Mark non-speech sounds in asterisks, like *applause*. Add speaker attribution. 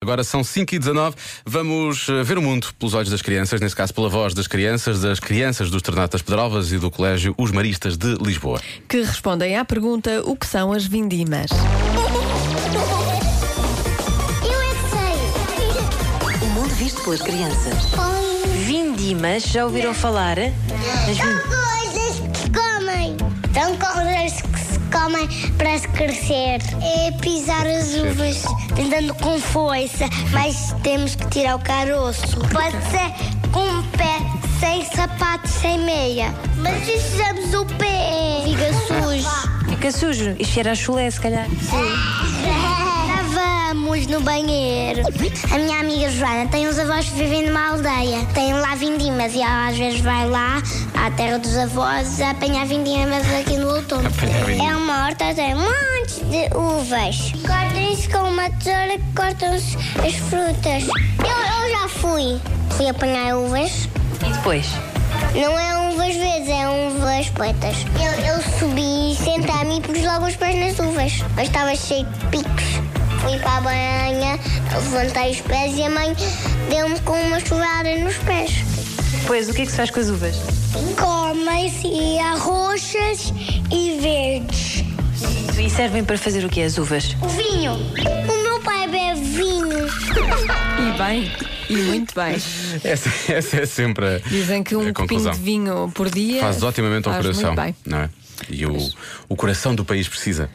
Speaker 1: Agora são 5 e 19 vamos eh, ver o mundo pelos olhos das crianças, nesse caso pela voz das crianças, das crianças do Externato das Pedrovas e do Colégio Os Maristas de Lisboa.
Speaker 2: que respondem à pergunta o que são as vindimas.
Speaker 3: Eu é que sei.
Speaker 4: O mundo visto pelas crianças.
Speaker 3: Põe
Speaker 4: Vindimas, já ouviram falar? eh? As
Speaker 3: São
Speaker 4: vin-
Speaker 3: coisas que se comem. São coisas que se comem para se crescer. É pisar as uvas tentando com força, mas temos que tirar o caroço. Pode ser com o pé, sem sapato, sem meia. Mas usamos o pé. Fica sujo.
Speaker 4: Fica é sujo e cheira a chulé, se calhar.
Speaker 3: *laughs* Já vamos no banheiro. A minha amiga Joana tem uns avós que vivem numa aldeia. Tem lá vindimas e ela às vezes vai lá à terra dos avós a apanhar vindimas aqui no outono. É uma horta, tem montes de uvas. Cortam-se com uma tesoura que cortam-se as frutas. Eu, eu já fui. Fui apanhar uvas.
Speaker 4: E depois?
Speaker 3: Não é uvas verdes, é uvas pretas. Eu, eu subi, sentei-me e pus logo os pés nas uvas. Mas estava cheio de picos. Fui para a banha, levantei os pés e a mãe deu-me com uma chuvada nos pés.
Speaker 4: Depois, o que é que se faz com as uvas?
Speaker 3: Comem-se roxas e verdes.
Speaker 4: E servem para fazer o quê as uvas?
Speaker 3: O vinho. O meu pai bebe vinho.
Speaker 2: E bem, e muito bem.
Speaker 1: Essa, *laughs* essa é sempre a,
Speaker 2: Dizem que
Speaker 1: É a
Speaker 2: um copinho
Speaker 1: conclusão.
Speaker 2: de vinho por dia
Speaker 1: Faz otimamente ao
Speaker 2: faz
Speaker 1: coração,
Speaker 2: Muito bem.
Speaker 1: não é? E o, o coração do país precisa.